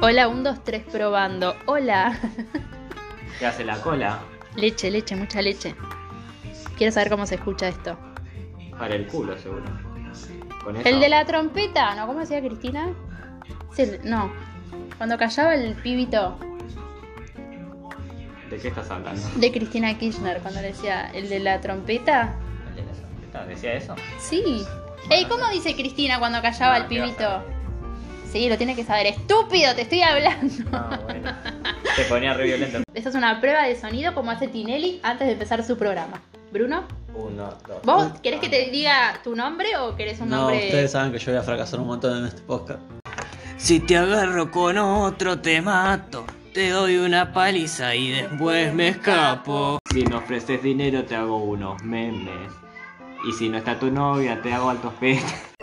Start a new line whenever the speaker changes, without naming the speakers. Hola, un, dos, tres, probando. Hola.
¿Qué hace la cola?
Leche, leche, mucha leche. Quiero saber cómo se escucha esto.
Para el culo, seguro. Con
El
esa-
de la trompeta, ¿no? ¿Cómo decía Cristina? Sí, el- no. Cuando callaba el pibito
¿De qué estás hablando?
de Cristina Kirchner, cuando le decía el de la trompeta.
¿El de la trompeta? ¿Decía eso?
Sí. Ey, ¿cómo dice Cristina cuando callaba
Ah,
el
¿qué vas a
pibito?
hacer?
Sí, lo tienes que saber. Estúpido, te estoy hablando.
Ah, bueno. Te ponía re violento.
Esta es una prueba de sonido como hace Tinelli antes de empezar su programa. Bruno,
Uno, dos.
¿vos querés que te diga tu nombre o querés un
no,
nombre?
ustedes saben que yo voy a fracasar un montón en este podcast.
Si te agarro con otro te mato, te doy una paliza y después me escapo.
Si no ofreces dinero, te hago unos memes. Y si no está tu novia, te hago altos petes.